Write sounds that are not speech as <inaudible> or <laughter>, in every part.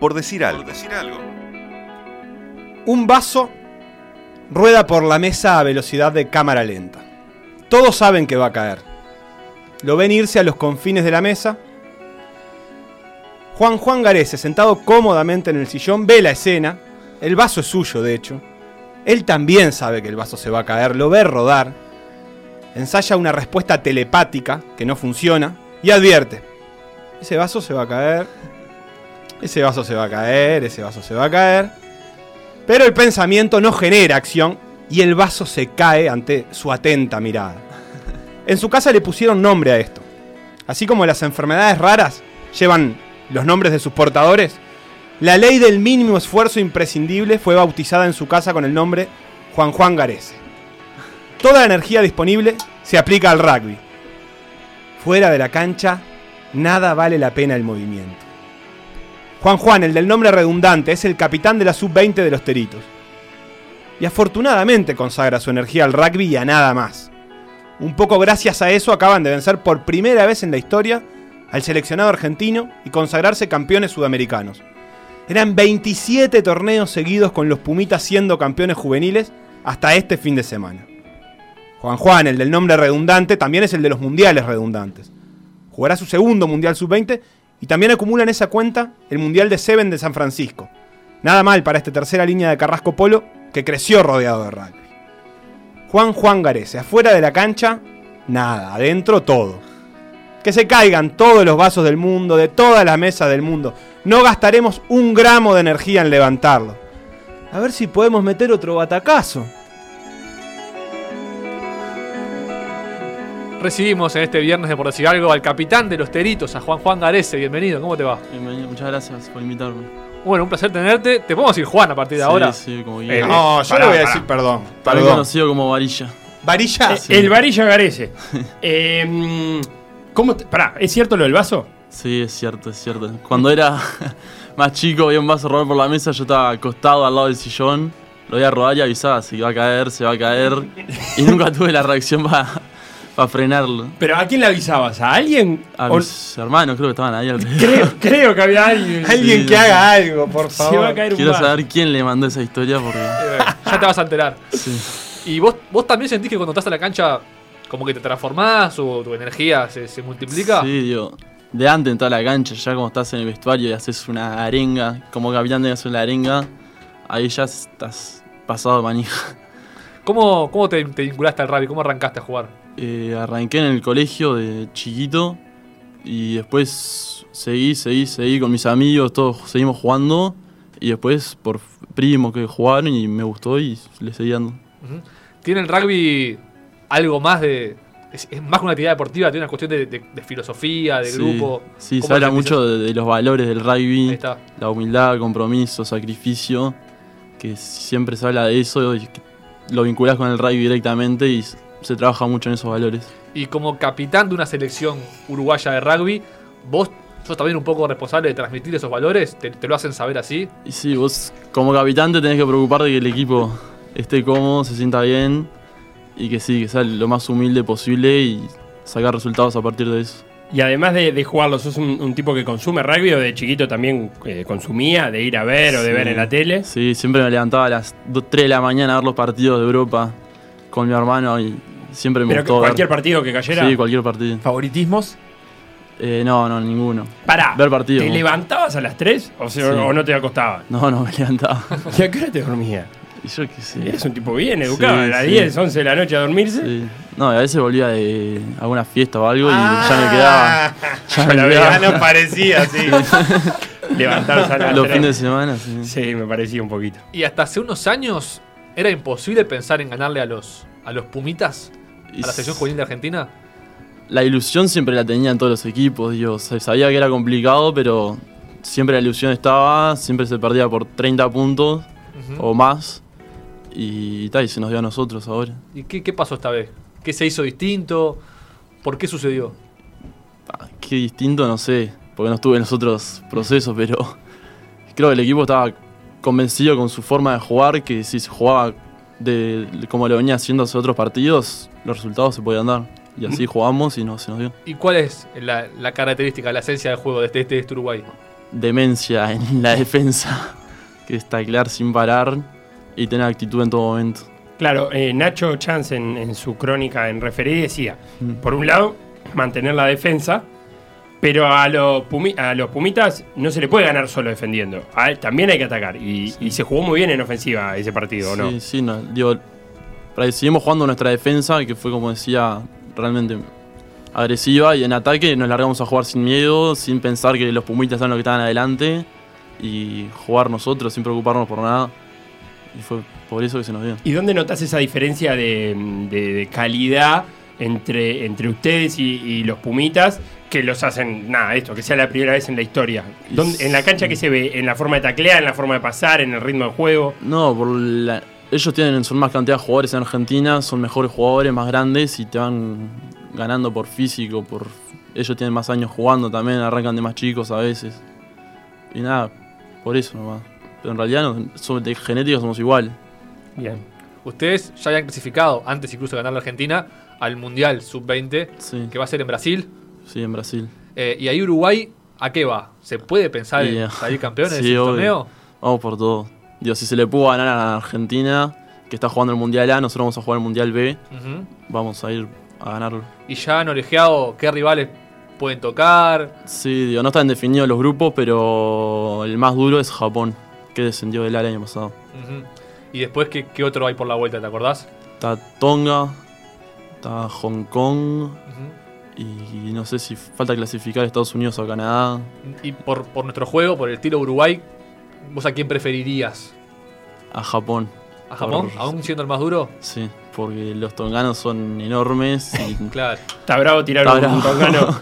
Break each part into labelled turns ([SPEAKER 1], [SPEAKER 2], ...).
[SPEAKER 1] Por decir algo.
[SPEAKER 2] decir algo.
[SPEAKER 3] Un vaso rueda por la mesa a velocidad de cámara lenta. Todos saben que va a caer. Lo ven irse a los confines de la mesa. Juan Juan Garese, sentado cómodamente en el sillón, ve la escena. El vaso es suyo, de hecho. Él también sabe que el vaso se va a caer, lo ve rodar. Ensaya una respuesta telepática que no funciona y advierte. Ese vaso se va a caer. Ese vaso se va a caer, ese vaso se va a caer. Pero el pensamiento no genera acción y el vaso se cae ante su atenta mirada. En su casa le pusieron nombre a esto. Así como las enfermedades raras llevan los nombres de sus portadores, la ley del mínimo esfuerzo imprescindible fue bautizada en su casa con el nombre Juan Juan Garese. Toda la energía disponible se aplica al rugby. Fuera de la cancha, nada vale la pena el movimiento. Juan Juan, el del nombre redundante, es el capitán de la sub-20 de los Teritos. Y afortunadamente consagra su energía al rugby y a nada más. Un poco gracias a eso acaban de vencer por primera vez en la historia al seleccionado argentino y consagrarse campeones sudamericanos. Eran 27 torneos seguidos con los Pumitas siendo campeones juveniles hasta este fin de semana. Juan Juan, el del nombre redundante, también es el de los mundiales redundantes. Jugará su segundo Mundial Sub-20 y también acumula en esa cuenta el Mundial de Seven de San Francisco. Nada mal para esta tercera línea de Carrasco Polo que creció rodeado de rugby. Juan Juan Garese, afuera de la cancha, nada, adentro todo. Que se caigan todos los vasos del mundo, de todas las mesas del mundo. No gastaremos un gramo de energía en levantarlo. A ver si podemos meter otro batacazo.
[SPEAKER 4] Recibimos en este viernes de por decir algo al capitán de los Teritos, a Juan Juan Garese. Bienvenido, ¿cómo te va?
[SPEAKER 5] Bienvenido, muchas gracias por invitarme.
[SPEAKER 4] Bueno, un placer tenerte. Te podemos decir Juan a partir de
[SPEAKER 5] Sí,
[SPEAKER 4] ahora.
[SPEAKER 5] Sí, como
[SPEAKER 6] Eh,
[SPEAKER 5] guía.
[SPEAKER 3] No, yo
[SPEAKER 6] pará,
[SPEAKER 3] le voy a
[SPEAKER 6] pará.
[SPEAKER 3] decir perdón.
[SPEAKER 5] También
[SPEAKER 3] Perdón.
[SPEAKER 5] conocido como varilla.
[SPEAKER 3] ¿Varilla?
[SPEAKER 6] Eh, El
[SPEAKER 5] <laughs>
[SPEAKER 6] varilla Garese. Eh, mm, ¿Cómo te- pará, ¿es cierto lo del vaso?
[SPEAKER 5] Sí, es cierto, es cierto. Cuando era <laughs> más chico, había un vaso rodar por la mesa, yo estaba acostado al lado del sillón. Lo voy a rodar y avisaba si va a caer, se va a
[SPEAKER 6] <laughs>
[SPEAKER 5] caer. Y nunca tuve la reacción para frenarlo.
[SPEAKER 6] ¿Pero a quién le avisabas? ¿A alguien?
[SPEAKER 5] A
[SPEAKER 6] ¿O-
[SPEAKER 5] mis hermanos creo que estaban ahí <laughs> alrededor.
[SPEAKER 6] creo, creo que había alguien.
[SPEAKER 3] Alguien
[SPEAKER 5] Sí,
[SPEAKER 3] que
[SPEAKER 5] no.
[SPEAKER 3] haga algo, por favor.
[SPEAKER 6] Se va a caer un
[SPEAKER 5] Quiero
[SPEAKER 6] vaso.
[SPEAKER 5] saber quién le mandó esa historia porque.
[SPEAKER 4] Eh, ya te vas a enterar.
[SPEAKER 5] Sí.
[SPEAKER 4] ¿Y vos, vos también sentís que cuando estás a la cancha como que te transformás o tu energía se, se multiplica?
[SPEAKER 5] Sí, digo. De antes en toda la cancha, ya como estás en el vestuario y haces una arenga, como capitán de hacer la arenga, ahí ya estás pasado de manija. <laughs>
[SPEAKER 4] ¿Cómo, cómo te, te vinculaste al rugby? ¿Cómo arrancaste a jugar?
[SPEAKER 5] Eh, arranqué en el colegio de chiquito y después seguí, seguí, seguí con mis amigos, todos seguimos jugando y después por primos que jugaron y me gustó y le seguí dando.
[SPEAKER 4] ¿Tiene el rugby algo más de... Es, es más que una actividad deportiva, tiene una cuestión de, de- de filosofía, de
[SPEAKER 5] Sí,
[SPEAKER 4] grupo.
[SPEAKER 5] Sí,
[SPEAKER 4] ¿Cómo
[SPEAKER 5] se habla
[SPEAKER 4] sentís
[SPEAKER 5] mucho de, de los valores del rugby.
[SPEAKER 4] Ahí está.
[SPEAKER 5] la humildad, compromiso, sacrificio, que siempre se habla de eso y que lo vinculas con el rugby directamente y s- se trabaja mucho en esos valores.
[SPEAKER 4] Y como capitán de una selección uruguaya de rugby, vos sos también un poco responsable de transmitir esos valores, te, te lo hacen saber así.
[SPEAKER 5] Y sí, vos como capitán te tenés que preocupar de que el equipo esté cómodo, se sienta bien y que sí, que sea lo más humilde posible y sacar resultados a partir de eso.
[SPEAKER 6] Y además de, de jugarlo, ¿sos un, un tipo que consume rugby o de chiquito también eh, consumía? ¿De ir a ver o de
[SPEAKER 5] Sí.
[SPEAKER 6] ver en la tele?
[SPEAKER 5] Sí, siempre me levantaba a las 3 de la mañana a ver los partidos de Europa con mi hermano y siempre me
[SPEAKER 6] Pero que
[SPEAKER 5] gustó. ver.
[SPEAKER 6] cualquier partido que cayera.
[SPEAKER 5] Sí, cualquier partido.
[SPEAKER 6] ¿Favoritismos?
[SPEAKER 5] Eh, no, no, ninguno.
[SPEAKER 6] Pará.
[SPEAKER 5] Ver partido.
[SPEAKER 6] ¿Te levantabas a las 3 o, sea,
[SPEAKER 5] Sí.
[SPEAKER 6] o no te acostaban?
[SPEAKER 5] No, no me levantaba.
[SPEAKER 6] <laughs>
[SPEAKER 5] <laughs>
[SPEAKER 6] ¿Y a qué hora te dormías?
[SPEAKER 5] Y yo qué sé.
[SPEAKER 6] Eres un tipo bien educado,
[SPEAKER 5] Sí,
[SPEAKER 6] a las
[SPEAKER 5] sí.
[SPEAKER 6] 10, 11 de la noche a dormirse.
[SPEAKER 5] Sí. No, y a veces volvía de alguna fiesta o algo y
[SPEAKER 3] Ah,
[SPEAKER 4] <laughs>
[SPEAKER 5] ya me
[SPEAKER 6] Yo
[SPEAKER 5] quedaba.
[SPEAKER 6] la verdad
[SPEAKER 5] Ya
[SPEAKER 6] no parecía <laughs> así.
[SPEAKER 5] <laughs>
[SPEAKER 6] Levantarse a
[SPEAKER 5] me
[SPEAKER 6] las
[SPEAKER 5] quedaba los fines de
[SPEAKER 6] tres.
[SPEAKER 5] semana. Sí.
[SPEAKER 6] Sí, me parecía un poquito.
[SPEAKER 4] Y hasta hace unos años era imposible pensar en ganarle a los, a los Pumitas,
[SPEAKER 5] Y
[SPEAKER 4] a la selección juvenil de Argentina.
[SPEAKER 5] La ilusión siempre la tenían todos los equipos, digo, se sabía que era complicado, pero siempre la ilusión estaba, siempre se perdía por 30 puntos
[SPEAKER 4] Ujú.
[SPEAKER 5] o más. Y tal, y se nos dio a nosotros ahora.
[SPEAKER 4] ¿Y qué, qué pasó esta vez? ¿Qué se hizo distinto? ¿Por qué sucedió?
[SPEAKER 5] Ah, Qué distinto, no sé, porque no estuve en los otros procesos, pero creo que el equipo estaba convencido con su forma de jugar, que si se jugaba de, como lo venía haciendo hace otros partidos, los resultados se podían dar. Y así jugamos y no se nos dio.
[SPEAKER 4] ¿Y cuál es la, la característica, la esencia del juego de este, de este Uruguay?
[SPEAKER 5] demencia en la defensa, <laughs> que es taclear sin parar y tener actitud en todo momento.
[SPEAKER 6] Claro, eh, Nacho Chance en, en su crónica en referí decía,
[SPEAKER 5] Mm.
[SPEAKER 6] por un lado, mantener la defensa, pero a, los Pumi- a los Pumitas no se le puede ganar solo defendiendo. A él también hay que atacar. Y, y se jugó muy bien en ofensiva ese partido, ¿o ¿no?
[SPEAKER 5] Sí, sí, no, digo, para que seguimos jugando nuestra defensa, que fue como decía, realmente agresiva, y en ataque nos largamos a jugar sin miedo, sin pensar que los pumitas son los que estaban adelante, y jugar nosotros sin preocuparnos por nada. Y fue por eso que se nos dio.
[SPEAKER 6] ¿Y dónde notas esa diferencia de, de- de calidad entre, entre ustedes y, y los Pumitas que los hacen, nada, esto, que sea la primera vez en la historia? ¿Dónde- ¿En la cancha que se ve? ¿En la forma de taclear, en la forma de pasar, en el ritmo de juego?
[SPEAKER 5] No, por la- ellos tienen, son más cantidad de jugadores en Argentina, son mejores jugadores, más grandes y te van ganando por físico, por ellos tienen más años jugando también, arrancan de más chicos a veces. Y nada, por eso nomás. Pero en realidad no, somos- de genética somos igual.
[SPEAKER 6] Bien.
[SPEAKER 4] Ustedes ya habían clasificado, antes incluso de ganar la Argentina, al Mundial Sub-20,
[SPEAKER 5] Sí,
[SPEAKER 4] que va a ser en Brasil.
[SPEAKER 5] sí, en Brasil.
[SPEAKER 4] Eh, y ahí Uruguay, ¿a qué va? ¿Se puede pensar en este
[SPEAKER 5] Yeah.
[SPEAKER 4] salir campeones
[SPEAKER 5] Sí,
[SPEAKER 4] de ese
[SPEAKER 5] obvio.
[SPEAKER 4] torneo?
[SPEAKER 5] Vamos por todo. Dios, si se le pudo ganar a Argentina, que está jugando el Mundial A, nosotros vamos a jugar el Mundial B,
[SPEAKER 4] Ujú.
[SPEAKER 5] vamos a ir a ganarlo.
[SPEAKER 4] Y ya han orejeado qué rivales pueden tocar.
[SPEAKER 5] Sí, digo, no están definidos los grupos, pero el más duro es Japón, que descendió del A el año pasado.
[SPEAKER 4] Ujú. Y después, ¿qué, qué otro hay por la vuelta? ¿Te acordás?
[SPEAKER 5] Está Tonga, está Hong Kong
[SPEAKER 4] Ujú.
[SPEAKER 5] y, no sé si falta clasificar a Estados Unidos o a Canadá.
[SPEAKER 4] Y por, por nuestro juego, por el estilo Uruguay, ¿vos a quién preferirías?
[SPEAKER 5] A Japón,
[SPEAKER 4] ¿A Japón?
[SPEAKER 5] Por-
[SPEAKER 4] ¿Aún siendo el más duro?
[SPEAKER 5] sí, porque los tonganos son enormes y
[SPEAKER 4] <laughs> Claro.
[SPEAKER 6] Está bravo tirar
[SPEAKER 5] Está
[SPEAKER 6] un
[SPEAKER 5] bravo. <laughs>
[SPEAKER 6] tongano.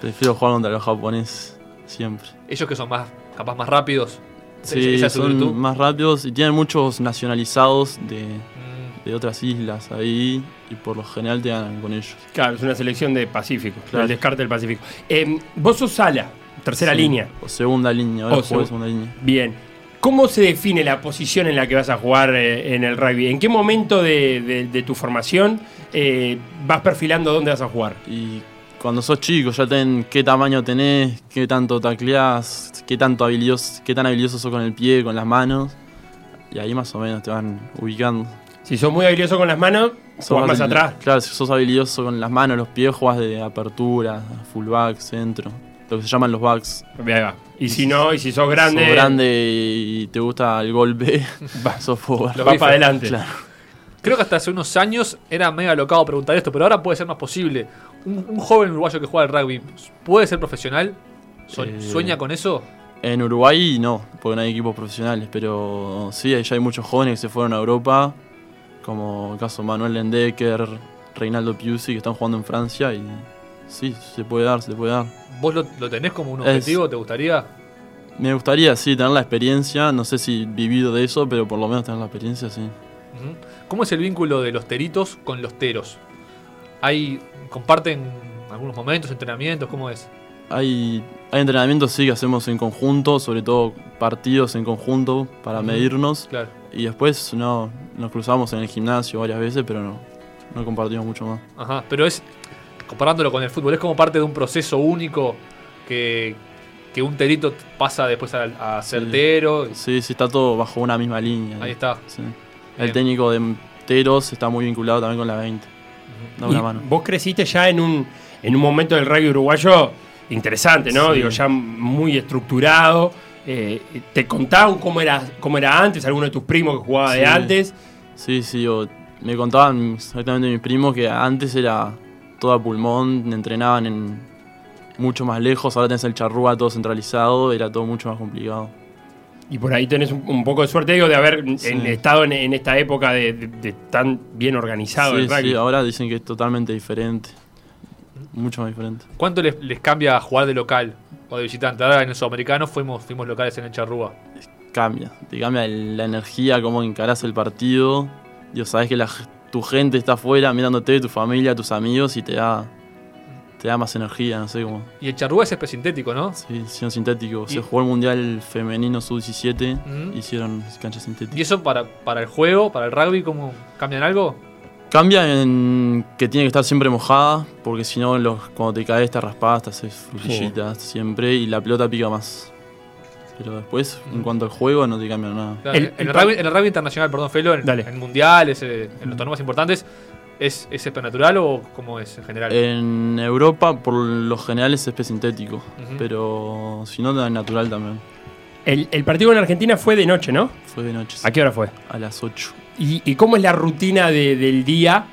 [SPEAKER 5] prefiero jugar contra los japoneses siempre.
[SPEAKER 4] Ellos que son más, capaz más rápidos.
[SPEAKER 5] Sí,
[SPEAKER 4] Esa es su virtud.
[SPEAKER 5] son más rápidos y tienen muchos nacionalizados de,
[SPEAKER 4] Mm.
[SPEAKER 5] de otras islas ahí y por lo general te ganan con ellos.
[SPEAKER 6] Claro, es una selección de Pacífico,
[SPEAKER 5] Claro.
[SPEAKER 6] el descarte del Pacífico. Em, vos sos Sala, tercera
[SPEAKER 5] Sí,
[SPEAKER 6] línea.
[SPEAKER 5] O segunda línea, ahora
[SPEAKER 6] O
[SPEAKER 5] juego de
[SPEAKER 6] seg-
[SPEAKER 5] segunda línea.
[SPEAKER 6] Bien. ¿Cómo se define la posición en la que vas a jugar eh, en el rugby? ¿En qué momento de, de- de tu formación eh, vas perfilando dónde vas a jugar?
[SPEAKER 5] Y cuando sos chico, ya ten qué tamaño tenés, qué tanto tacleás, qué tanto habilidoso, qué tan habilidoso sos con el pie, con las manos. Y ahí más o menos te van ubicando.
[SPEAKER 6] Si sos muy habilidoso con las manos,
[SPEAKER 5] Sos
[SPEAKER 6] jugás más
[SPEAKER 5] habili-
[SPEAKER 6] atrás.
[SPEAKER 5] Claro, si sos habilidoso con las manos, los pies, jugás de apertura, fullback, centro. Lo que se llaman los backs.
[SPEAKER 6] Ahí va. Y si no, y si sos grande,
[SPEAKER 5] Sos grande y te gusta el
[SPEAKER 6] <laughs>
[SPEAKER 5] golpe, sos forward.
[SPEAKER 4] Lo
[SPEAKER 6] va
[SPEAKER 4] bife.
[SPEAKER 6] para adelante.
[SPEAKER 5] Claro.
[SPEAKER 4] Creo que hasta hace unos años era mega locado preguntar esto, pero ahora puede ser más posible. Un, un joven uruguayo que juega al rugby, ¿puede ser profesional? So-
[SPEAKER 5] Eh.
[SPEAKER 4] ¿Sueña con eso?
[SPEAKER 5] En Uruguay no, porque no hay equipos profesionales, pero sí, ahí ya hay muchos jóvenes que se fueron a Europa, como el caso Manuel Lendecker, Reinaldo Piusi, que están jugando en Francia y sí, se puede dar, se puede dar.
[SPEAKER 4] ¿Vos lo, lo tenés como un
[SPEAKER 5] Es-
[SPEAKER 4] objetivo? ¿Te gustaría?
[SPEAKER 5] Me gustaría, sí, tener la experiencia, no sé si vivido de eso, pero por lo menos tener la experiencia, sí.
[SPEAKER 4] Ujú. ¿Cómo es el vínculo de los teritos con los teros? ¿Hay, ¿Comparten algunos momentos, entrenamientos? ¿Cómo es?
[SPEAKER 5] Hay, hay entrenamientos, sí, que hacemos en conjunto, sobre todo partidos en conjunto para
[SPEAKER 4] Ujú.
[SPEAKER 5] medirnos
[SPEAKER 4] Claro.
[SPEAKER 5] y después no, nos cruzamos en el gimnasio varias veces, pero no, no compartimos mucho más.
[SPEAKER 4] Ajá. Pero es, comparándolo con el fútbol, es como parte de un proceso único que, que un terito pasa después a, a ser
[SPEAKER 5] Sí.
[SPEAKER 4] tero.
[SPEAKER 5] Sí, sí, está todo bajo una misma línea.
[SPEAKER 4] Ahí está.
[SPEAKER 5] Sí.
[SPEAKER 4] Bien.
[SPEAKER 5] El técnico de Teros está muy vinculado también con la 20. Da
[SPEAKER 6] Y
[SPEAKER 5] una mano.
[SPEAKER 6] Vos creciste ya en un, en un momento del rugby uruguayo interesante, ¿no?
[SPEAKER 5] Sí.
[SPEAKER 6] Digo, ya muy estructurado. Eh, ¿Te contaban cómo era, cómo era antes? ¿Alguno de tus primos que jugaba de
[SPEAKER 5] Sí.
[SPEAKER 6] antes?
[SPEAKER 5] Sí, sí, yo- me contaban exactamente mis primos que antes era todo a pulmón, entrenaban en mucho más lejos, ahora tenés el charrúa todo centralizado, era todo mucho más complicado.
[SPEAKER 6] Y por ahí tenés un, un poco de suerte, digo, de haber en-
[SPEAKER 5] Sí.
[SPEAKER 6] en- estado en, en esta época de, de- de tan bien organizado
[SPEAKER 5] Sí,
[SPEAKER 6] el rugby.
[SPEAKER 5] sí, ahora dicen que es totalmente diferente. Mucho más diferente.
[SPEAKER 4] ¿Cuánto les, les cambia jugar de local o de visitante? Ahora en el sudamericano fuimos, fuimos locales en el Charrúa.
[SPEAKER 5] Cambia, te cambia el- la energía, cómo encarás el partido. Dios, sabes que la g- tu gente está afuera mirándote, tu familia, tus amigos y te da, te da más energía, no sé cómo.
[SPEAKER 4] Y el Charrúa es césped sintético, ¿no?
[SPEAKER 5] Sí, hicieron sintético.
[SPEAKER 4] Y-
[SPEAKER 5] Se jugó el Mundial Femenino Sub-17,
[SPEAKER 4] Ujú.
[SPEAKER 5] hicieron cancha
[SPEAKER 4] ¿Y
[SPEAKER 5] sintética.
[SPEAKER 4] eso para, para el juego, para el rugby, cómo cambian algo?
[SPEAKER 5] Cambia en que tiene que estar siempre mojada, porque si no, los- cuando te caes te raspas, te haces frutillitas siempre y la pelota pica más. Pero después, en cuanto al juego, no te cambian nada.
[SPEAKER 4] Claro,
[SPEAKER 6] El-
[SPEAKER 4] en,
[SPEAKER 6] el
[SPEAKER 4] el
[SPEAKER 6] pa-
[SPEAKER 4] rugby, en el rugby internacional, perdón, Felo, en,
[SPEAKER 6] Dale.
[SPEAKER 4] en mundiales, eh, en los torneos importantes, ¿es, ¿es natural o cómo es en general?
[SPEAKER 6] Eh.
[SPEAKER 5] En Europa, por lo general, es césped sintético.
[SPEAKER 4] Ujú.
[SPEAKER 5] Pero si no, da natural también.
[SPEAKER 6] El, el partido en Argentina fue de noche, ¿no?
[SPEAKER 5] Fue de noche.
[SPEAKER 6] ¿A qué hora fue?
[SPEAKER 5] A las 8.
[SPEAKER 6] ¿Y, y cómo es la rutina de- del día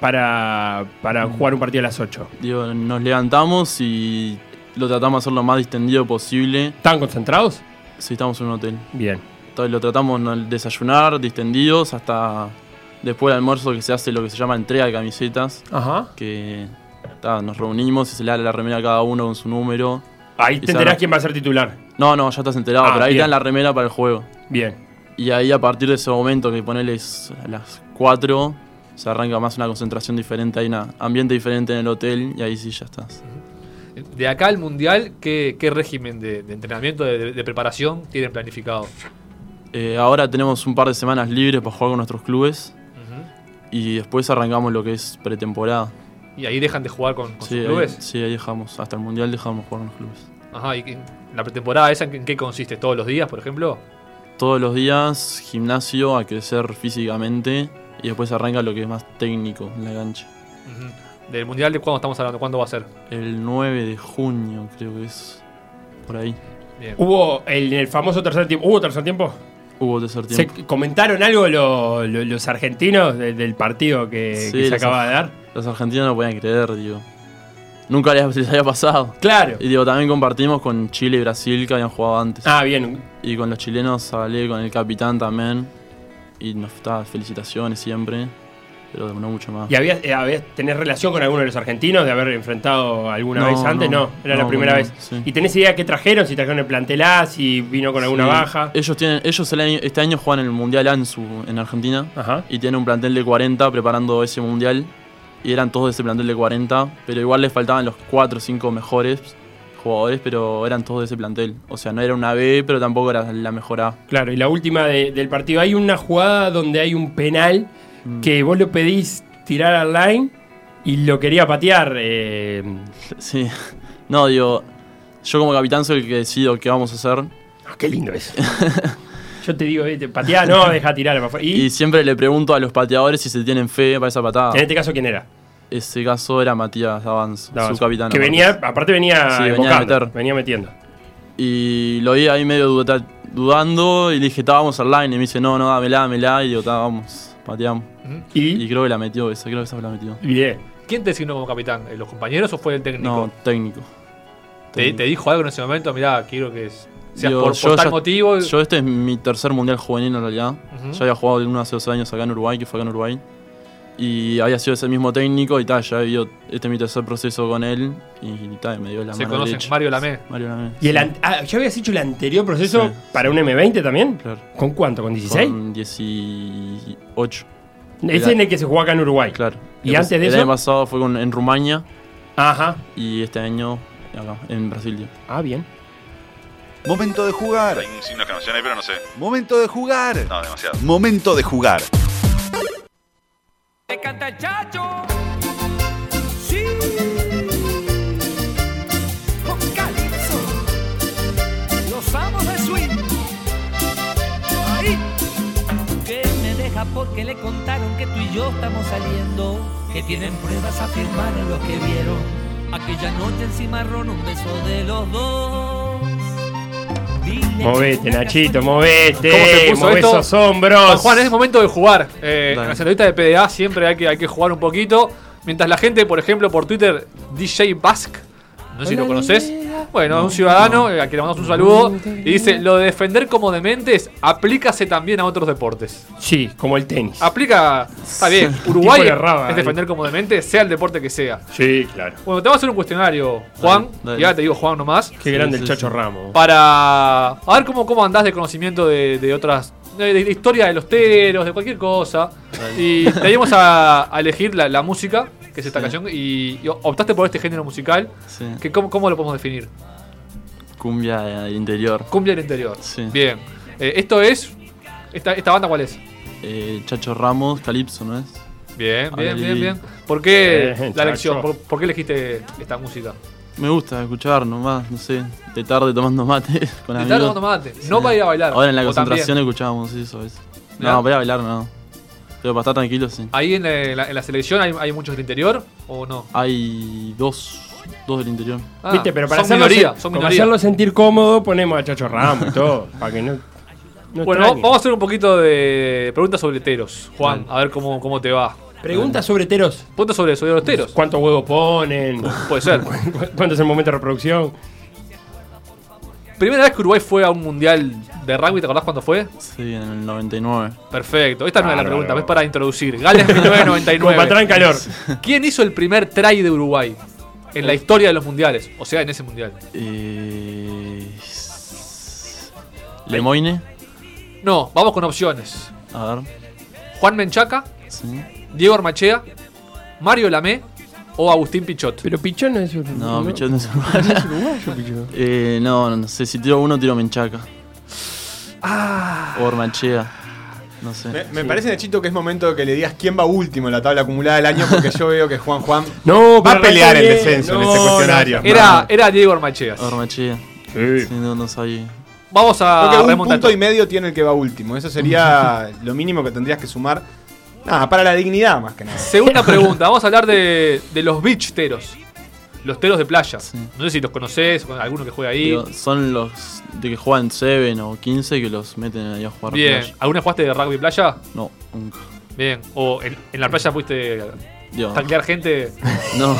[SPEAKER 6] para,
[SPEAKER 5] Mm.
[SPEAKER 6] para jugar un partido a las 8?
[SPEAKER 5] Digo, nos levantamos y lo tratamos de hacer lo más distendido posible
[SPEAKER 6] ¿Estaban concentrados?
[SPEAKER 5] si estamos en un hotel.
[SPEAKER 6] Bien.
[SPEAKER 5] Entonces lo tratamos de desayunar, distendidos, hasta después del almuerzo que se hace lo que se llama entrega de camisetas,
[SPEAKER 6] Ajá.
[SPEAKER 5] que ta, nos reunimos y se le da la remera a cada uno con su número.
[SPEAKER 6] Ahí te
[SPEAKER 5] Quizá
[SPEAKER 6] enterás
[SPEAKER 5] no.
[SPEAKER 6] quién va a ser titular.
[SPEAKER 5] No, no, ya estás enterado,
[SPEAKER 6] Ah,
[SPEAKER 5] pero ahí
[SPEAKER 6] bien.
[SPEAKER 5] te dan la remera para el juego.
[SPEAKER 6] Bien.
[SPEAKER 5] Y ahí a partir de ese momento que poneles a las 4, se arranca más una concentración diferente, hay un ambiente diferente en el hotel y ahí sí ya estás.
[SPEAKER 4] De acá al mundial, ¿qué, qué régimen de, de entrenamiento, de, de preparación tienen planificado?
[SPEAKER 5] Eh, ahora tenemos un par de semanas libres para jugar con nuestros clubes
[SPEAKER 4] Ujú.
[SPEAKER 5] y después arrancamos lo que es pretemporada.
[SPEAKER 4] Y ahí dejan de jugar con, con
[SPEAKER 5] Sí,
[SPEAKER 4] sus
[SPEAKER 5] ahí,
[SPEAKER 4] clubes.
[SPEAKER 5] sí, ahí dejamos, hasta el mundial dejamos jugar con los clubes.
[SPEAKER 4] Ajá, ¿y qué- la pretemporada esa en qué- en qué consiste? ¿Todos los días, por ejemplo?
[SPEAKER 5] Todos los días gimnasio a crecer físicamente y después arranca lo que es más técnico en la cancha.
[SPEAKER 4] Ujú. ¿Del mundial de cuándo estamos hablando? ¿Cuándo va a ser?
[SPEAKER 5] El 9 de junio creo que es por ahí.
[SPEAKER 4] Bien.
[SPEAKER 5] Uh.
[SPEAKER 6] ¿Hubo el, el famoso tercer tiempo? ¿Hubo tercer tiempo?
[SPEAKER 5] Hubo tercer
[SPEAKER 6] ¿Se
[SPEAKER 5] tiempo.
[SPEAKER 6] comentaron algo lo- lo- los argentinos de- del partido que,
[SPEAKER 5] Sí,
[SPEAKER 6] que se
[SPEAKER 5] los
[SPEAKER 6] acaba de dar?
[SPEAKER 5] Los argentinos no podían creer, digo. Nunca les, les había <laughs> pasado.
[SPEAKER 6] Claro.
[SPEAKER 5] Y digo, también compartimos con Chile y Brasil que habían jugado antes.
[SPEAKER 6] Ah, bien.
[SPEAKER 5] Y con los chilenos hablé con el capitán también. Y nos da felicitaciones siempre. Pero no mucho más.
[SPEAKER 6] ¿Y habías, eh, habías- tenés relación con alguno de los argentinos de haber enfrentado alguna
[SPEAKER 5] No,
[SPEAKER 6] vez antes? No,
[SPEAKER 5] no,
[SPEAKER 6] era la
[SPEAKER 5] no,
[SPEAKER 6] primera
[SPEAKER 5] no,
[SPEAKER 6] vez.
[SPEAKER 5] sí.
[SPEAKER 6] ¿Y tenés idea qué trajeron? Si trajeron el plantel A, si vino con alguna
[SPEAKER 5] Sí. Eh,
[SPEAKER 6] baja.
[SPEAKER 5] Ellos tienen, ellos el año- este año juegan el Mundial ANSU en Argentina.
[SPEAKER 6] Ajá.
[SPEAKER 5] Y tienen un plantel de 40 preparando ese mundial. Y eran todos de ese plantel de 40. Pero igual les faltaban los 4 o 5 mejores jugadores, pero eran todos de ese plantel. O sea, no era una B, pero tampoco era la mejor A.
[SPEAKER 6] Claro, y la última de- del partido. Hay una jugada donde hay un penal
[SPEAKER 5] Mm.
[SPEAKER 6] que vos lo pedís tirar al line y lo quería patear. eh,
[SPEAKER 5] Sí. <laughs> No, digo, yo como capitán soy el que decido qué vamos a hacer.
[SPEAKER 6] ah, qué lindo eso. <laughs> Yo te digo, eh, te pateá, no, deja tirar. pa' afuera.
[SPEAKER 5] Y
[SPEAKER 6] Y,
[SPEAKER 5] siempre le pregunto a los pateadores si se tienen fe para esa patada.
[SPEAKER 6] en este caso, ¿quién era?
[SPEAKER 5] Ese caso era Matías Avanz,
[SPEAKER 6] Dabas,
[SPEAKER 5] su capitán.
[SPEAKER 6] Que
[SPEAKER 5] aparte.
[SPEAKER 6] venía, aparte venía,
[SPEAKER 5] Sí, venía a
[SPEAKER 6] evocando,
[SPEAKER 5] meter.
[SPEAKER 6] venía metiendo.
[SPEAKER 5] Y lo vi ahí medio dudata- dudando y le dije, "Ta, vamos al line. Y me dice, no, no, dámela, dámela. Y digo, "Ta, vamos, pateamos.
[SPEAKER 6] Y,
[SPEAKER 5] Y creo que la metió esa, creo que esa la metió.
[SPEAKER 6] bien.
[SPEAKER 4] ¿Quién te designó como capitán? ¿Eh, ¿Los compañeros o fue el técnico?
[SPEAKER 5] No, técnico.
[SPEAKER 4] ¿Te, te dijo algo en ese momento? Mirá, quiero que es- seas
[SPEAKER 5] Digo,
[SPEAKER 4] por, por
[SPEAKER 5] yo
[SPEAKER 4] tal
[SPEAKER 5] ya-
[SPEAKER 4] motivo.
[SPEAKER 5] Yo este es mi tercer mundial juvenil en realidad.
[SPEAKER 4] Ujú.
[SPEAKER 5] Yo había jugado uno hace dos años acá en Uruguay, que fue acá en Uruguay. Y había sido ese mismo técnico y tal, ya había ido- este es mi tercer proceso con él. Y, tal, me dio la
[SPEAKER 4] Se
[SPEAKER 5] mano
[SPEAKER 4] conocen,
[SPEAKER 5] derecha.
[SPEAKER 4] Mario Lamé.
[SPEAKER 5] Mario Lamé.
[SPEAKER 6] Y el an- ah, ¿Ya habías hecho el anterior proceso
[SPEAKER 5] Sí.
[SPEAKER 6] para un M20 también?
[SPEAKER 5] Claro.
[SPEAKER 6] ¿Con cuánto? ¿Con 16?
[SPEAKER 5] Con 18,
[SPEAKER 6] Ese en el que se jugó acá en Uruguay.
[SPEAKER 5] claro.
[SPEAKER 6] ¿Y
[SPEAKER 5] El-
[SPEAKER 6] antes de
[SPEAKER 5] El
[SPEAKER 6] eso?
[SPEAKER 5] año pasado fue con- en Rumania
[SPEAKER 6] Ajá.
[SPEAKER 5] y este año acá, en Brasil. digo.
[SPEAKER 6] Ah, bien.
[SPEAKER 1] Momento de jugar.
[SPEAKER 2] Hay un signo que menciona ahí, pero no sé.
[SPEAKER 1] Momento de jugar.
[SPEAKER 2] No, demasiado.
[SPEAKER 1] Momento de jugar.
[SPEAKER 7] Me canta el chacho. Sí. Con Calypso. Los amos de swing. Ahí. Que me deja porque le contaron que tú y yo estamos saliendo. Que tienen pruebas a firmar en lo que vieron. Aquella noche en Cimarrón, un beso de los dos. Dile
[SPEAKER 6] Movete,
[SPEAKER 7] que fue una
[SPEAKER 6] Nachito,
[SPEAKER 7] casualidad.
[SPEAKER 6] movete.
[SPEAKER 4] ¿Cómo se puso
[SPEAKER 6] Move
[SPEAKER 4] esto?
[SPEAKER 6] esos hombros.
[SPEAKER 4] Juan, Juan, es momento de jugar. Eh, en
[SPEAKER 5] Dale.
[SPEAKER 4] las entrevistas de PDA siempre hay que, hay que jugar un poquito. Mientras la gente, por ejemplo, por Twitter, DJ Basque, no sé si lo conoces. Bueno, un ciudadano eh, a quien le mandamos un saludo. Y dice: Lo de defender como dementes aplícase también a otros deportes.
[SPEAKER 6] Sí, como el tenis.
[SPEAKER 5] Ah.
[SPEAKER 4] Aplica. Está bien,
[SPEAKER 6] Tipo
[SPEAKER 4] Uruguay
[SPEAKER 6] de raba,
[SPEAKER 4] es defender como demente, sea el deporte que sea.
[SPEAKER 6] Sí, claro.
[SPEAKER 4] Bueno, te voy a hacer un cuestionario, Juan.
[SPEAKER 5] Dale, dale.
[SPEAKER 4] Y ahora te digo Juan nomás.
[SPEAKER 6] Qué grande
[SPEAKER 5] sí,
[SPEAKER 6] el
[SPEAKER 5] sí.
[SPEAKER 6] Chacho Ramos.
[SPEAKER 4] Para. A ver cómo, cómo andás de conocimiento de, de otras. De, de- de historia de los teros, de cualquier cosa. Y te íbamos a, a elegir la, la música, que es esta
[SPEAKER 5] Sí.
[SPEAKER 4] canción, y, y optaste por este género musical.
[SPEAKER 5] Sí.
[SPEAKER 4] Que cómo, cómo lo podemos definir?
[SPEAKER 5] Cumbia del interior.
[SPEAKER 4] Cumbia del interior.
[SPEAKER 5] Sí.
[SPEAKER 4] Bien. Eh, esto es. Esta, ¿Esta banda cuál es?
[SPEAKER 5] Eh, Chacho Ramos, Calypso, ¿no es?
[SPEAKER 4] Bien, bien,
[SPEAKER 5] Ahí.
[SPEAKER 4] bien, bien. ¿Por qué
[SPEAKER 6] Bien,
[SPEAKER 4] la elección?
[SPEAKER 6] Eh, chacho.
[SPEAKER 4] ¿Por, por qué elegiste esta música?
[SPEAKER 5] Me gusta escuchar nomás, no sé, de tarde tomando mate <laughs> con
[SPEAKER 4] Te
[SPEAKER 5] amigos.
[SPEAKER 4] está tomando mate. No para ir a bailar.
[SPEAKER 5] Ahora en la
[SPEAKER 4] o
[SPEAKER 5] concentración
[SPEAKER 4] también.
[SPEAKER 5] escuchábamos eso a veces.
[SPEAKER 4] Mirá.
[SPEAKER 5] No, para ir a bailar no. Pero para estar tranquilo sí.
[SPEAKER 4] Ahí en eh, la, en la selección hay, hay muchos del interior o no.
[SPEAKER 5] Hay dos, dos del interior.
[SPEAKER 4] Ah,
[SPEAKER 6] Viste, pero para,
[SPEAKER 4] son
[SPEAKER 6] hacerlo,
[SPEAKER 4] minoría,
[SPEAKER 6] sen-
[SPEAKER 4] son
[SPEAKER 6] como
[SPEAKER 4] minoría.
[SPEAKER 6] hacerlo sentir cómodo, ponemos a Chacho Ramos y
[SPEAKER 4] <laughs>
[SPEAKER 6] todo. para que no. no
[SPEAKER 4] Bueno,
[SPEAKER 6] extrañe.
[SPEAKER 4] vamos a hacer un poquito de preguntas sobre teros, Juan, a ver cómo, cómo te va.
[SPEAKER 6] Pregunta sobre teros.
[SPEAKER 4] Preguntas sobre, sobre los teros.
[SPEAKER 6] ¿Cuántos huevos ponen? <laughs>
[SPEAKER 4] Puede ser.
[SPEAKER 6] ¿Cuánto es el momento de reproducción?
[SPEAKER 4] Primera vez que Uruguay fue a un mundial de rugby, ¿te acordás cuándo fue?
[SPEAKER 5] Sí, en el 99.
[SPEAKER 4] Perfecto. Esta no es la
[SPEAKER 6] Bárbaro.
[SPEAKER 4] pregunta, es para introducir.
[SPEAKER 6] <laughs>
[SPEAKER 4] Gales
[SPEAKER 6] Como para entrar
[SPEAKER 4] 1999. <laughs>
[SPEAKER 6] en calor.
[SPEAKER 4] ¿Quién hizo el primer try de Uruguay en la historia de los mundiales? O sea, en ese mundial.
[SPEAKER 5] Eh, Lemoine.
[SPEAKER 4] No, vamos con opciones.
[SPEAKER 5] A ver.
[SPEAKER 4] Juan Menchaca,
[SPEAKER 5] Sí.
[SPEAKER 4] Diego Armachea, Mario Lamé o Agustín Pichot.
[SPEAKER 6] Pero Pichón no es un.
[SPEAKER 5] No, Pichot no es
[SPEAKER 6] No es
[SPEAKER 5] uruguayo.
[SPEAKER 6] uruguayo, Pichón.
[SPEAKER 5] eh, no, no, no sé. Si tiro uno, tiro Menchaca.
[SPEAKER 4] Ah,
[SPEAKER 5] O Ormachea. No sé.
[SPEAKER 3] Me, me parece, Nachito, que es momento de que le digas quién va último en la tabla acumulada del año, porque yo veo que Juan
[SPEAKER 5] <laughs>
[SPEAKER 3] Juan
[SPEAKER 6] No,
[SPEAKER 3] va
[SPEAKER 6] pero
[SPEAKER 3] a pelear el
[SPEAKER 6] arrancó
[SPEAKER 3] descenso
[SPEAKER 6] bien.
[SPEAKER 3] en este
[SPEAKER 6] No,
[SPEAKER 3] cuestionario.
[SPEAKER 4] era, era Diego Armachea.
[SPEAKER 5] Ormachea.
[SPEAKER 6] Sí.
[SPEAKER 5] Sí, no, no sabía.
[SPEAKER 4] Vamos
[SPEAKER 3] Porque
[SPEAKER 4] a
[SPEAKER 3] un
[SPEAKER 4] remontar.
[SPEAKER 3] punto y medio tiene el que va último. Eso
[SPEAKER 6] <laughs>
[SPEAKER 3] sería lo mínimo que tendrías que sumar. Nada, para la dignidad más que nada.
[SPEAKER 4] Segunda pregunta, vamos a hablar de, de los beach teros. Los teros de playa. No sé si los conocés, alguno que juega ahí.
[SPEAKER 5] Digo, son los de que juegan 7 o 15 que los meten ahí a jugar.
[SPEAKER 4] Bien.
[SPEAKER 5] playa.
[SPEAKER 4] ¿Alguna jugaste de rugby playa?
[SPEAKER 5] No, nunca.
[SPEAKER 4] Bien. ¿O en, en la playa fuiste
[SPEAKER 5] Digo,
[SPEAKER 4] a taclear gente <laughs>
[SPEAKER 5] no.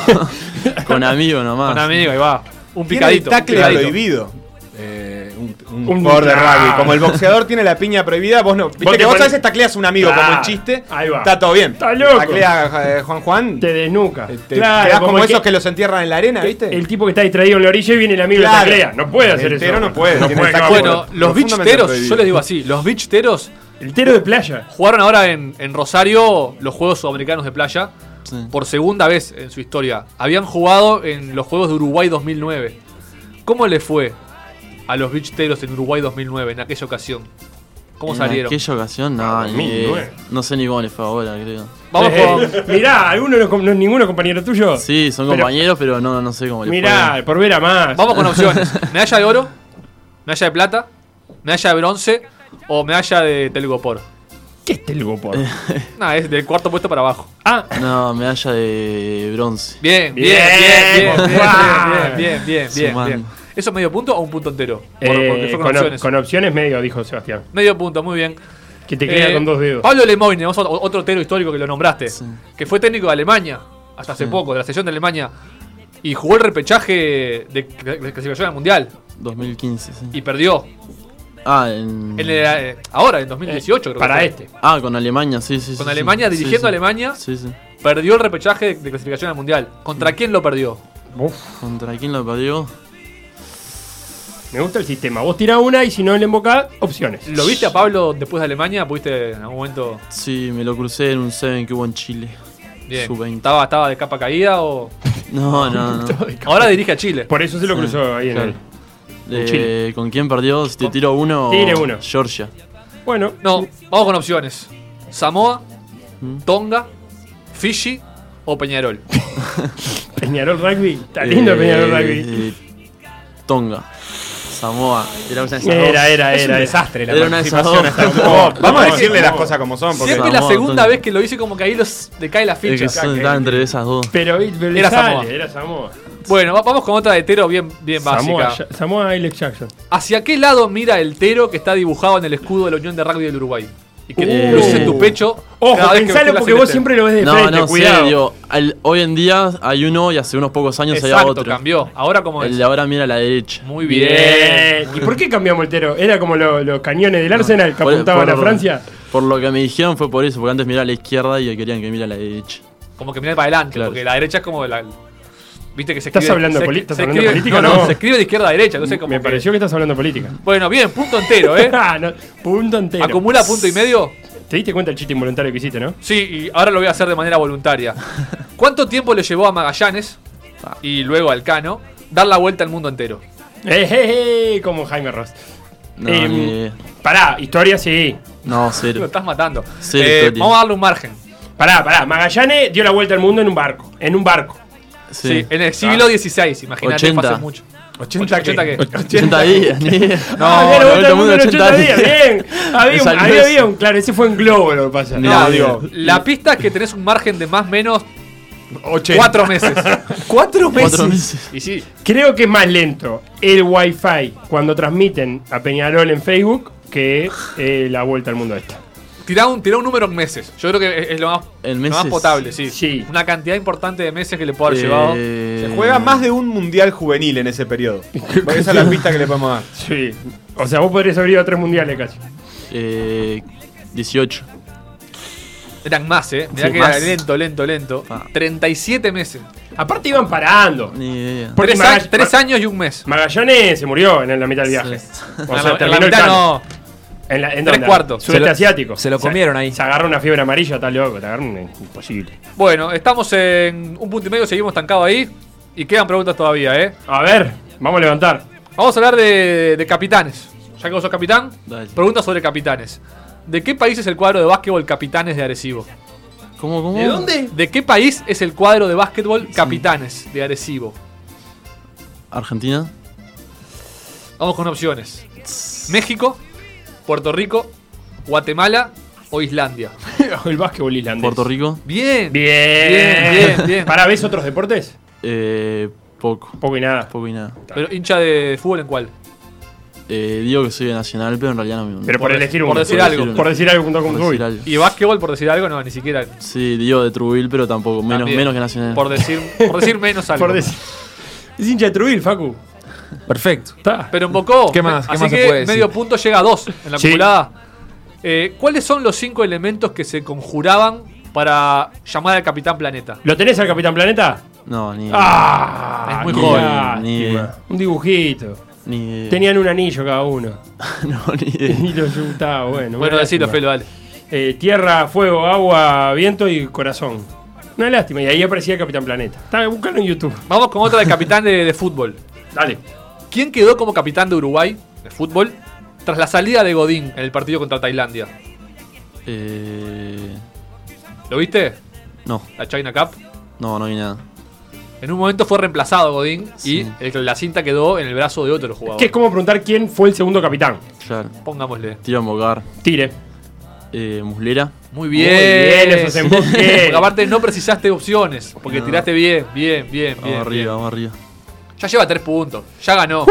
[SPEAKER 5] Con amigos nomás.
[SPEAKER 4] con amigo? Ahí va. Un
[SPEAKER 3] Tiene el
[SPEAKER 4] picadito. un
[SPEAKER 3] tacle
[SPEAKER 4] picadito.
[SPEAKER 3] prohibido. Eh, un, un
[SPEAKER 6] Un-
[SPEAKER 3] jugador de
[SPEAKER 6] claro.
[SPEAKER 3] rugby. Como el boxeador tiene la piña prohibida, vos no. Viste
[SPEAKER 6] Vos te
[SPEAKER 3] que vos a
[SPEAKER 6] pones-
[SPEAKER 3] veces tacleas a un amigo como
[SPEAKER 6] Claro.
[SPEAKER 3] el chiste.
[SPEAKER 6] Ahí va.
[SPEAKER 3] Está todo bien.
[SPEAKER 6] Está loco.
[SPEAKER 3] Taclea eh, Juan Juan.
[SPEAKER 6] Te desnuca.
[SPEAKER 3] eh, Te, quedás como,
[SPEAKER 6] el
[SPEAKER 3] esos que,
[SPEAKER 6] que-
[SPEAKER 3] los entierran en la arena, ¿viste?
[SPEAKER 6] El tipo que está distraído en la orilla y viene el amigo
[SPEAKER 3] Claro.
[SPEAKER 6] y la taclea. No puede hacer
[SPEAKER 3] El
[SPEAKER 6] eso.
[SPEAKER 3] tero no puede, tiene el
[SPEAKER 6] cabrón.
[SPEAKER 3] taco-
[SPEAKER 4] Bueno,
[SPEAKER 3] Bueno,
[SPEAKER 4] los beach
[SPEAKER 3] profundamente
[SPEAKER 4] teros, yo
[SPEAKER 3] prohibido.
[SPEAKER 4] les digo así, los beach teros
[SPEAKER 6] el tero de playa.
[SPEAKER 4] jugaron ahora en, en Rosario los Juegos Sudamericanos de Playa
[SPEAKER 5] Sí.
[SPEAKER 4] por segunda vez en su historia. Habían jugado en los Juegos de Uruguay 2009. ¿Cómo le fue a los beach teros en Uruguay 2009 en aquella ocasión? ¿Cómo
[SPEAKER 5] en
[SPEAKER 4] salieron?
[SPEAKER 5] aquella ocasión, no, ni,
[SPEAKER 6] 2009.
[SPEAKER 5] no sé ni cómo les fue ahora, creo.
[SPEAKER 4] Vamos con,
[SPEAKER 5] <laughs>
[SPEAKER 6] Eh, mirá, alguno no, no- ninguno compañero tuyo.
[SPEAKER 5] Sí, son
[SPEAKER 6] Pero-
[SPEAKER 5] compañeros, pero no, no sé cómo les
[SPEAKER 6] Mirá, por ver a más.
[SPEAKER 4] Vamos con opciones. Medalla de oro, medalla de plata, medalla de bronce o medalla de telgopor.
[SPEAKER 6] ¿Qué es Telgo por?
[SPEAKER 4] Nada, es del cuarto puesto para abajo.
[SPEAKER 6] Ah,
[SPEAKER 5] fue. No, medalla de bronce.
[SPEAKER 4] Bien, bien,
[SPEAKER 6] Bien,
[SPEAKER 4] bien, bien, bien, bien,
[SPEAKER 6] guau.
[SPEAKER 4] bien, bien, bien,
[SPEAKER 5] Sumando.
[SPEAKER 4] bien. ¿Eso es medio punto o un punto entero? Por-
[SPEAKER 6] eh,
[SPEAKER 4] porque fue con
[SPEAKER 6] con,
[SPEAKER 4] opciones.
[SPEAKER 6] con opciones medio, dijo Sebastián.
[SPEAKER 4] Medio punto, muy bien.
[SPEAKER 6] Que te queda
[SPEAKER 4] Eh,
[SPEAKER 6] con dos dedos.
[SPEAKER 4] Pablo Lemoyne, vamos a- otro tero histórico que lo nombraste,
[SPEAKER 5] Sí.
[SPEAKER 4] que fue técnico de Alemania hasta hace
[SPEAKER 5] Sí.
[SPEAKER 4] poco, de la sesión de Alemania, y jugó el repechaje de cl- de clasificación al mundial
[SPEAKER 5] 2015, sí.
[SPEAKER 4] y perdió.
[SPEAKER 5] Ah, en,
[SPEAKER 4] En el- eh, ahora, en 2018, creo que
[SPEAKER 6] Para
[SPEAKER 4] fue.
[SPEAKER 6] este.
[SPEAKER 5] ah, con Alemania, sí, sí.
[SPEAKER 4] Con
[SPEAKER 5] sí, sí.
[SPEAKER 4] Alemania,
[SPEAKER 5] Sí,
[SPEAKER 4] dirigiendo
[SPEAKER 5] sí.
[SPEAKER 4] a Alemania,
[SPEAKER 5] Sí, sí.
[SPEAKER 4] perdió el repechaje de, de clasificación al mundial. ¿Contra quién lo perdió?
[SPEAKER 6] Uf,
[SPEAKER 5] ¿Contra quién lo perdió?
[SPEAKER 6] me gusta el sistema. Vos tirá una y si no le embocás, opciones.
[SPEAKER 4] ¿Lo viste a Pablo después de Alemania? ¿Pudiste en algún momento?
[SPEAKER 5] Sí, me lo crucé en un 7 que hubo en Chile.
[SPEAKER 4] Bien.
[SPEAKER 5] Sub-veinte.
[SPEAKER 4] ¿Estaba, ¿Estaba de capa caída o.?
[SPEAKER 5] No,
[SPEAKER 4] <laughs>
[SPEAKER 5] no, no.
[SPEAKER 4] Ahora dirige a Chile.
[SPEAKER 6] Por eso se lo cruzó ahí en
[SPEAKER 5] claro.
[SPEAKER 6] el.
[SPEAKER 5] Eh,
[SPEAKER 6] Chile.
[SPEAKER 5] ¿Con quién perdió? Si te tiro uno.
[SPEAKER 6] Tire uno.
[SPEAKER 5] Georgia.
[SPEAKER 6] Bueno,
[SPEAKER 4] No, vamos con opciones: Samoa,
[SPEAKER 5] Mm.
[SPEAKER 4] Tonga, Fiji o Peñarol.
[SPEAKER 6] Peñarol Rugby. Está <laughs> lindo
[SPEAKER 5] Eh,
[SPEAKER 6] Peñarol Rugby.
[SPEAKER 5] eh, Tonga. Samoa. Era una de esas dos.
[SPEAKER 6] Era, era,
[SPEAKER 3] Es un
[SPEAKER 6] era.
[SPEAKER 3] desastre la
[SPEAKER 5] Era una de esas dos.
[SPEAKER 3] participación hasta el momento. Vamos a decirle las cosas como son, porque
[SPEAKER 4] Siempre la
[SPEAKER 5] Samoa,
[SPEAKER 4] segunda
[SPEAKER 5] Tonga.
[SPEAKER 4] vez que lo hice, como que ahí los, le cae la
[SPEAKER 5] Es
[SPEAKER 4] ficha.
[SPEAKER 5] que son- estaba entre esas dos.
[SPEAKER 6] Pero, pero le
[SPEAKER 4] Era
[SPEAKER 6] sale,
[SPEAKER 4] Samoa.
[SPEAKER 6] Era Samoa.
[SPEAKER 4] Bueno, va- vamos con otra de Tero bien, bien básica.
[SPEAKER 6] Samoa, Samoa Alex Jackson.
[SPEAKER 4] ¿Hacia qué lado mira el Tero que está dibujado en el escudo de la Unión de Rugby del Uruguay? Y que
[SPEAKER 5] Uh.
[SPEAKER 4] luce en tu pecho.
[SPEAKER 6] Ojo,
[SPEAKER 4] cada vez que
[SPEAKER 6] pensalo
[SPEAKER 4] mezclas
[SPEAKER 6] porque
[SPEAKER 4] el
[SPEAKER 6] vos
[SPEAKER 4] Tero.
[SPEAKER 6] siempre lo ves de
[SPEAKER 5] No,
[SPEAKER 6] frente,
[SPEAKER 5] no,
[SPEAKER 6] cuidado.
[SPEAKER 5] sí, digo, al- hoy en día hay uno y hace unos pocos años había
[SPEAKER 4] Exacto,
[SPEAKER 5] otro.
[SPEAKER 4] cambió. Ahora como es.
[SPEAKER 5] El de ahora mira a la derecha.
[SPEAKER 4] Muy bien.
[SPEAKER 6] Bien. ¿Y por qué cambiamos el tero? Era como lo- los cañones del Arsenal que
[SPEAKER 5] Por-
[SPEAKER 6] apuntaban a
[SPEAKER 5] por-
[SPEAKER 6] Francia.
[SPEAKER 5] Por lo que me dijeron fue por eso, porque antes miraba a la izquierda y querían que mira a la derecha.
[SPEAKER 4] Como que mira para adelante,
[SPEAKER 5] Claro.
[SPEAKER 4] porque la derecha es como la. Viste que se
[SPEAKER 6] ¿Estás
[SPEAKER 4] escribe-
[SPEAKER 6] hablando
[SPEAKER 4] se-
[SPEAKER 6] poli- estás
[SPEAKER 4] se
[SPEAKER 6] hablando
[SPEAKER 4] escribe-
[SPEAKER 6] política?
[SPEAKER 4] No, no,
[SPEAKER 6] No. Mm,
[SPEAKER 4] se escribe de izquierda a derecha. Entonces como
[SPEAKER 6] Me
[SPEAKER 4] que-
[SPEAKER 6] pareció que estás hablando política.
[SPEAKER 4] Bueno, bien, punto entero, ¿eh?
[SPEAKER 6] <laughs> Ah, no, punto entero.
[SPEAKER 4] Acumula punto y medio.
[SPEAKER 6] ¿Te diste cuenta el chiste involuntario que hiciste, no?
[SPEAKER 4] Sí, y ahora lo voy a hacer de manera
[SPEAKER 5] <laughs>
[SPEAKER 4] voluntaria. ¿Cuánto tiempo le llevó a Magallanes
[SPEAKER 5] Ah.
[SPEAKER 4] y luego al Cano dar la vuelta al mundo entero?
[SPEAKER 6] Eh, eh, eh, como Jaime Ross.
[SPEAKER 5] No,
[SPEAKER 6] Em,
[SPEAKER 5] ni idea.
[SPEAKER 6] Pará, historia sí.
[SPEAKER 5] no
[SPEAKER 4] Lo
[SPEAKER 6] <laughs>
[SPEAKER 5] cero.
[SPEAKER 4] estás matando.
[SPEAKER 5] Sí,
[SPEAKER 4] Eh,
[SPEAKER 5] Toti.
[SPEAKER 4] vamos a darle un margen.
[SPEAKER 6] Pará, pará. Magallanes dio la vuelta al mundo en un barco. En un barco.
[SPEAKER 4] Sí, en
[SPEAKER 5] Ah.
[SPEAKER 4] el siglo XVI, imagínate,
[SPEAKER 5] 80.
[SPEAKER 4] pasó mucho.
[SPEAKER 3] 80,
[SPEAKER 4] ¿80 qué?
[SPEAKER 5] 80 días, ni idea.
[SPEAKER 6] Ah,
[SPEAKER 5] boludo,
[SPEAKER 6] bien,
[SPEAKER 5] todo el mundo
[SPEAKER 6] en
[SPEAKER 5] 80 días.
[SPEAKER 6] Bien. <laughs> Había un,
[SPEAKER 5] Salió
[SPEAKER 6] había,
[SPEAKER 5] eso.
[SPEAKER 6] había un- claro, ese fue en globo lo que Ah, pasa.
[SPEAKER 5] Mirá,
[SPEAKER 4] No,
[SPEAKER 5] digo,
[SPEAKER 4] La pista es que tenés un margen de más o menos
[SPEAKER 3] 80.
[SPEAKER 4] cuatro meses.
[SPEAKER 3] ¿Cuatro
[SPEAKER 5] cuatro meses.
[SPEAKER 4] Y sí,
[SPEAKER 6] Creo que es más lento el wifi cuando transmiten a Peñarol en Facebook que eh, la vuelta al mundo esta.
[SPEAKER 4] tirá un, tirá un número en meses. Yo creo que es, es lo, más,
[SPEAKER 5] En
[SPEAKER 4] lo
[SPEAKER 5] meses.
[SPEAKER 4] más potable, sí.
[SPEAKER 6] Sí.
[SPEAKER 4] Una cantidad importante de meses que le puedo haber llevado.
[SPEAKER 5] Eh,
[SPEAKER 3] Juega más de un mundial juvenil en ese
[SPEAKER 6] <laughs>
[SPEAKER 3] periodo. Porque esa es la pista que le podemos dar.
[SPEAKER 6] Sí. O sea, vos podrías haber ido a tres mundiales casi.
[SPEAKER 5] eh, 18.
[SPEAKER 4] Eran más, ¿eh? Mirá
[SPEAKER 5] Sí,
[SPEAKER 4] que
[SPEAKER 5] más.
[SPEAKER 4] era lento, lento, lento.
[SPEAKER 5] Ah.
[SPEAKER 4] 37 meses.
[SPEAKER 6] Aparte iban parando.
[SPEAKER 5] Ni idea.
[SPEAKER 6] Porque
[SPEAKER 4] Tres,
[SPEAKER 6] Magall-
[SPEAKER 4] a- tres años y un mes.
[SPEAKER 6] Magallanes se murió en la mitad del viaje. O
[SPEAKER 4] En
[SPEAKER 6] sea,
[SPEAKER 4] la- en la
[SPEAKER 6] terminó el
[SPEAKER 4] mitad
[SPEAKER 6] plan.
[SPEAKER 4] no.
[SPEAKER 6] En la- en
[SPEAKER 4] Tres
[SPEAKER 6] dónde?
[SPEAKER 4] cuartos.
[SPEAKER 6] Sudeste
[SPEAKER 2] Se lo-
[SPEAKER 6] asiático.
[SPEAKER 2] se lo
[SPEAKER 6] Se-
[SPEAKER 2] comieron ahí.
[SPEAKER 6] Se agarró una fiebre amarilla, está loco. Te agarró un- imposible.
[SPEAKER 4] Bueno, estamos en un punto y medio, seguimos estancados ahí. Y quedan preguntas todavía, ¿eh?
[SPEAKER 6] A ver, vamos a levantar. <laughs>
[SPEAKER 4] Vamos a hablar de, de capitanes. Ya que vos sos capitán,
[SPEAKER 5] Dale.
[SPEAKER 4] preguntas sobre capitanes. ¿De qué país es el cuadro de básquetbol Capitanes de Arecibo?
[SPEAKER 5] ¿Cómo, cómo?
[SPEAKER 4] ¿De qué país es el cuadro de básquetbol Capitanes de Arecibo?
[SPEAKER 5] Argentina.
[SPEAKER 4] Vamos con opciones. México, Puerto Rico, Guatemala o Islandia.
[SPEAKER 6] el básquetbol islandés.
[SPEAKER 5] Puerto Rico.
[SPEAKER 4] Bien.
[SPEAKER 6] Bien.
[SPEAKER 4] Bien, bien, bien.
[SPEAKER 6] ¿Para ves otros deportes?
[SPEAKER 5] Eh, poco.
[SPEAKER 6] Poco y nada.
[SPEAKER 5] Poco y nada.
[SPEAKER 4] Pero hincha de fútbol en cuál?
[SPEAKER 5] Eh, digo que soy de Nacional, pero en realidad no me
[SPEAKER 6] Pero por,
[SPEAKER 4] Por
[SPEAKER 6] elegir
[SPEAKER 4] de-
[SPEAKER 6] uno.
[SPEAKER 4] por decir
[SPEAKER 5] algo.
[SPEAKER 6] Por decir algo junto con
[SPEAKER 5] Por
[SPEAKER 6] Zubi.
[SPEAKER 5] decir algo.
[SPEAKER 4] Y básquetbol por decir algo, no, ni siquiera.
[SPEAKER 5] Sí, digo de Trubil, pero tampoco. Menos,
[SPEAKER 4] También.
[SPEAKER 5] menos que Nacional.
[SPEAKER 4] Por decir, por decir
[SPEAKER 2] <laughs>
[SPEAKER 4] menos algo.
[SPEAKER 6] Por decir. Es hincha de Trubil, Facu.
[SPEAKER 2] Perfecto.
[SPEAKER 6] Está.
[SPEAKER 4] Pero invocó.
[SPEAKER 2] ¿Qué más? ¿Qué
[SPEAKER 4] así
[SPEAKER 2] más se
[SPEAKER 4] que
[SPEAKER 2] puede decir?
[SPEAKER 4] medio punto llega a dos en la
[SPEAKER 6] Sí.
[SPEAKER 4] acumulada. Eh, ¿Cuáles son los cinco elementos que se conjuraban para llamar al Capitán Planeta?
[SPEAKER 6] ¿Lo tenés al Capitán Planeta?
[SPEAKER 5] No, ni idea.
[SPEAKER 6] ¡Ah!
[SPEAKER 4] Es muy
[SPEAKER 6] qué
[SPEAKER 4] joven,
[SPEAKER 6] lástima.
[SPEAKER 5] ni idea.
[SPEAKER 6] Un dibujito.
[SPEAKER 5] Ni idea.
[SPEAKER 6] Tenían un anillo cada uno.
[SPEAKER 5] <laughs>
[SPEAKER 6] <laughs>
[SPEAKER 5] no, ni idea.
[SPEAKER 6] Y <laughs> lo juntaba, bueno.
[SPEAKER 4] Bueno,
[SPEAKER 6] una
[SPEAKER 4] decilo,
[SPEAKER 6] lástima.
[SPEAKER 4] Felo, dale.
[SPEAKER 6] Eh, tierra, fuego, agua, viento y corazón. Una lástima. Y ahí aparecía Capitán Planeta. Está, búscalo en YouTube.
[SPEAKER 4] Vamos con otra del capitán de, de fútbol.
[SPEAKER 6] Dale.
[SPEAKER 4] ¿Quién quedó como capitán de Uruguay de fútbol tras la salida de Godín en el partido contra Tailandia?
[SPEAKER 5] Eh,
[SPEAKER 4] ¿Lo viste?
[SPEAKER 5] no,
[SPEAKER 4] La China Cup.
[SPEAKER 5] no, no vi nada.
[SPEAKER 4] En un momento fue reemplazado Godín
[SPEAKER 5] Sí.
[SPEAKER 4] y el- la cinta quedó en el brazo de otro jugador.
[SPEAKER 6] Que es como preguntar quién fue el segundo capitán.
[SPEAKER 5] Claro.
[SPEAKER 4] Pongámosle.
[SPEAKER 5] Tiro a Bogar.
[SPEAKER 6] Tire.
[SPEAKER 5] Eh, Muslera.
[SPEAKER 4] Muy bien.
[SPEAKER 6] Muy bien, esos emboques.
[SPEAKER 4] <laughs> Porque aparte no precisaste opciones, porque
[SPEAKER 5] No.
[SPEAKER 4] tiraste bien, bien, bien,
[SPEAKER 5] Vamos
[SPEAKER 4] bien.
[SPEAKER 5] arriba,
[SPEAKER 4] bien.
[SPEAKER 5] vamos arriba.
[SPEAKER 4] Ya lleva tres puntos, ya ganó.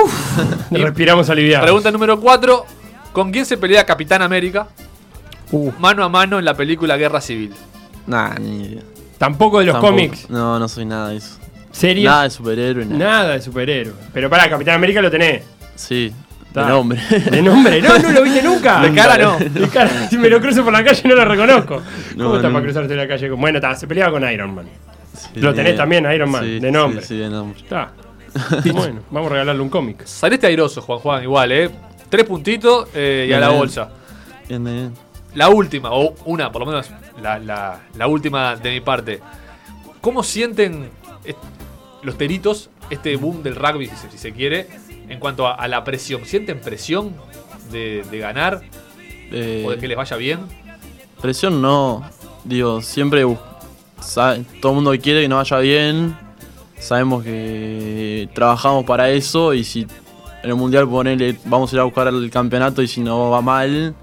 [SPEAKER 6] Respiramos aliviados.
[SPEAKER 4] Pregunta número 4. ¿Con quién se pelea Capitán América
[SPEAKER 6] Uh,
[SPEAKER 4] mano a mano en la película Guerra Civil?
[SPEAKER 5] Nah, ni idea.
[SPEAKER 6] Tampoco de los
[SPEAKER 5] Tampoco.
[SPEAKER 6] cómics.
[SPEAKER 5] No, no soy nada de eso.
[SPEAKER 6] Series.
[SPEAKER 5] Nada
[SPEAKER 6] Nada.
[SPEAKER 5] de superhéroe, nada.
[SPEAKER 6] de superhéroe. Pero para Capitán América lo tenés.
[SPEAKER 5] Sí,
[SPEAKER 6] Ta.
[SPEAKER 5] de
[SPEAKER 6] <laughs>
[SPEAKER 5] nombre.
[SPEAKER 6] De nombre. No, no lo viste
[SPEAKER 4] <laughs>
[SPEAKER 6] nunca.
[SPEAKER 4] De cara no.
[SPEAKER 6] De cara. Si me lo cruzo por la calle no lo reconozco.
[SPEAKER 5] No,
[SPEAKER 6] ¿Cómo está
[SPEAKER 5] no.
[SPEAKER 6] para cruzarte la calle? con- Bueno, está, se peleaba con Iron Man.
[SPEAKER 5] Sí,
[SPEAKER 6] Lo
[SPEAKER 5] ni
[SPEAKER 6] tenés
[SPEAKER 5] idea.
[SPEAKER 6] también, Iron Man, de nombre.
[SPEAKER 5] Sí, sí, de nombre.
[SPEAKER 6] Está. Bueno, vamos a regalarle un cómic.
[SPEAKER 4] Saliste airoso, Juan Juan, igual, ¿eh? Tres puntitos eh, y a la
[SPEAKER 5] Bien.
[SPEAKER 4] bolsa.
[SPEAKER 5] Bien, bien, bien.
[SPEAKER 4] La última, o una, por lo menos la, la- la última de mi parte. ¿Cómo sienten est- los teritos este boom del rugby, si se, si se quiere, en cuanto a, a la presión? ¿Sienten presión de, de ganar
[SPEAKER 5] Eh,
[SPEAKER 4] o de que les vaya bien?
[SPEAKER 5] Presión no. Digo, siempre bus- sa- todo el mundo quiere que nos vaya bien. Sabemos que trabajamos para eso y si en el mundial ponele, vamos a ir a buscar el campeonato y si no va mal,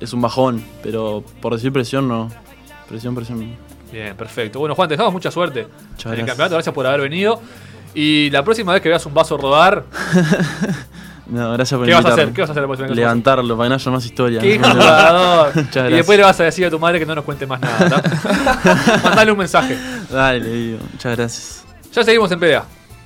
[SPEAKER 5] es un bajón. Pero por decir presión no. Presión, presión.
[SPEAKER 4] Bien, perfecto. Bueno, Juan, te damos mucha suerte en el
[SPEAKER 5] gracias.
[SPEAKER 4] campeonato. Gracias por haber venido. Y la próxima vez que veas un vaso rodar,
[SPEAKER 5] No, gracias por
[SPEAKER 4] ¿qué vas a
[SPEAKER 5] invitarme.
[SPEAKER 4] hacer? ¿Qué vas a hacer la próxima vez que veas un vaso?
[SPEAKER 5] Levantarlo, para que no haya más historia. <laughs>
[SPEAKER 4] ¡Qué
[SPEAKER 5] ¿no?
[SPEAKER 4] jugador!
[SPEAKER 5] Muchas
[SPEAKER 4] y después
[SPEAKER 5] gracias.
[SPEAKER 4] le vas a decir a tu madre que no nos cuente más
[SPEAKER 5] <laughs>
[SPEAKER 4] nada. ¿tá? Mandale un mensaje.
[SPEAKER 5] Dale, digo. Muchas gracias.
[SPEAKER 4] Ya seguimos en PDA.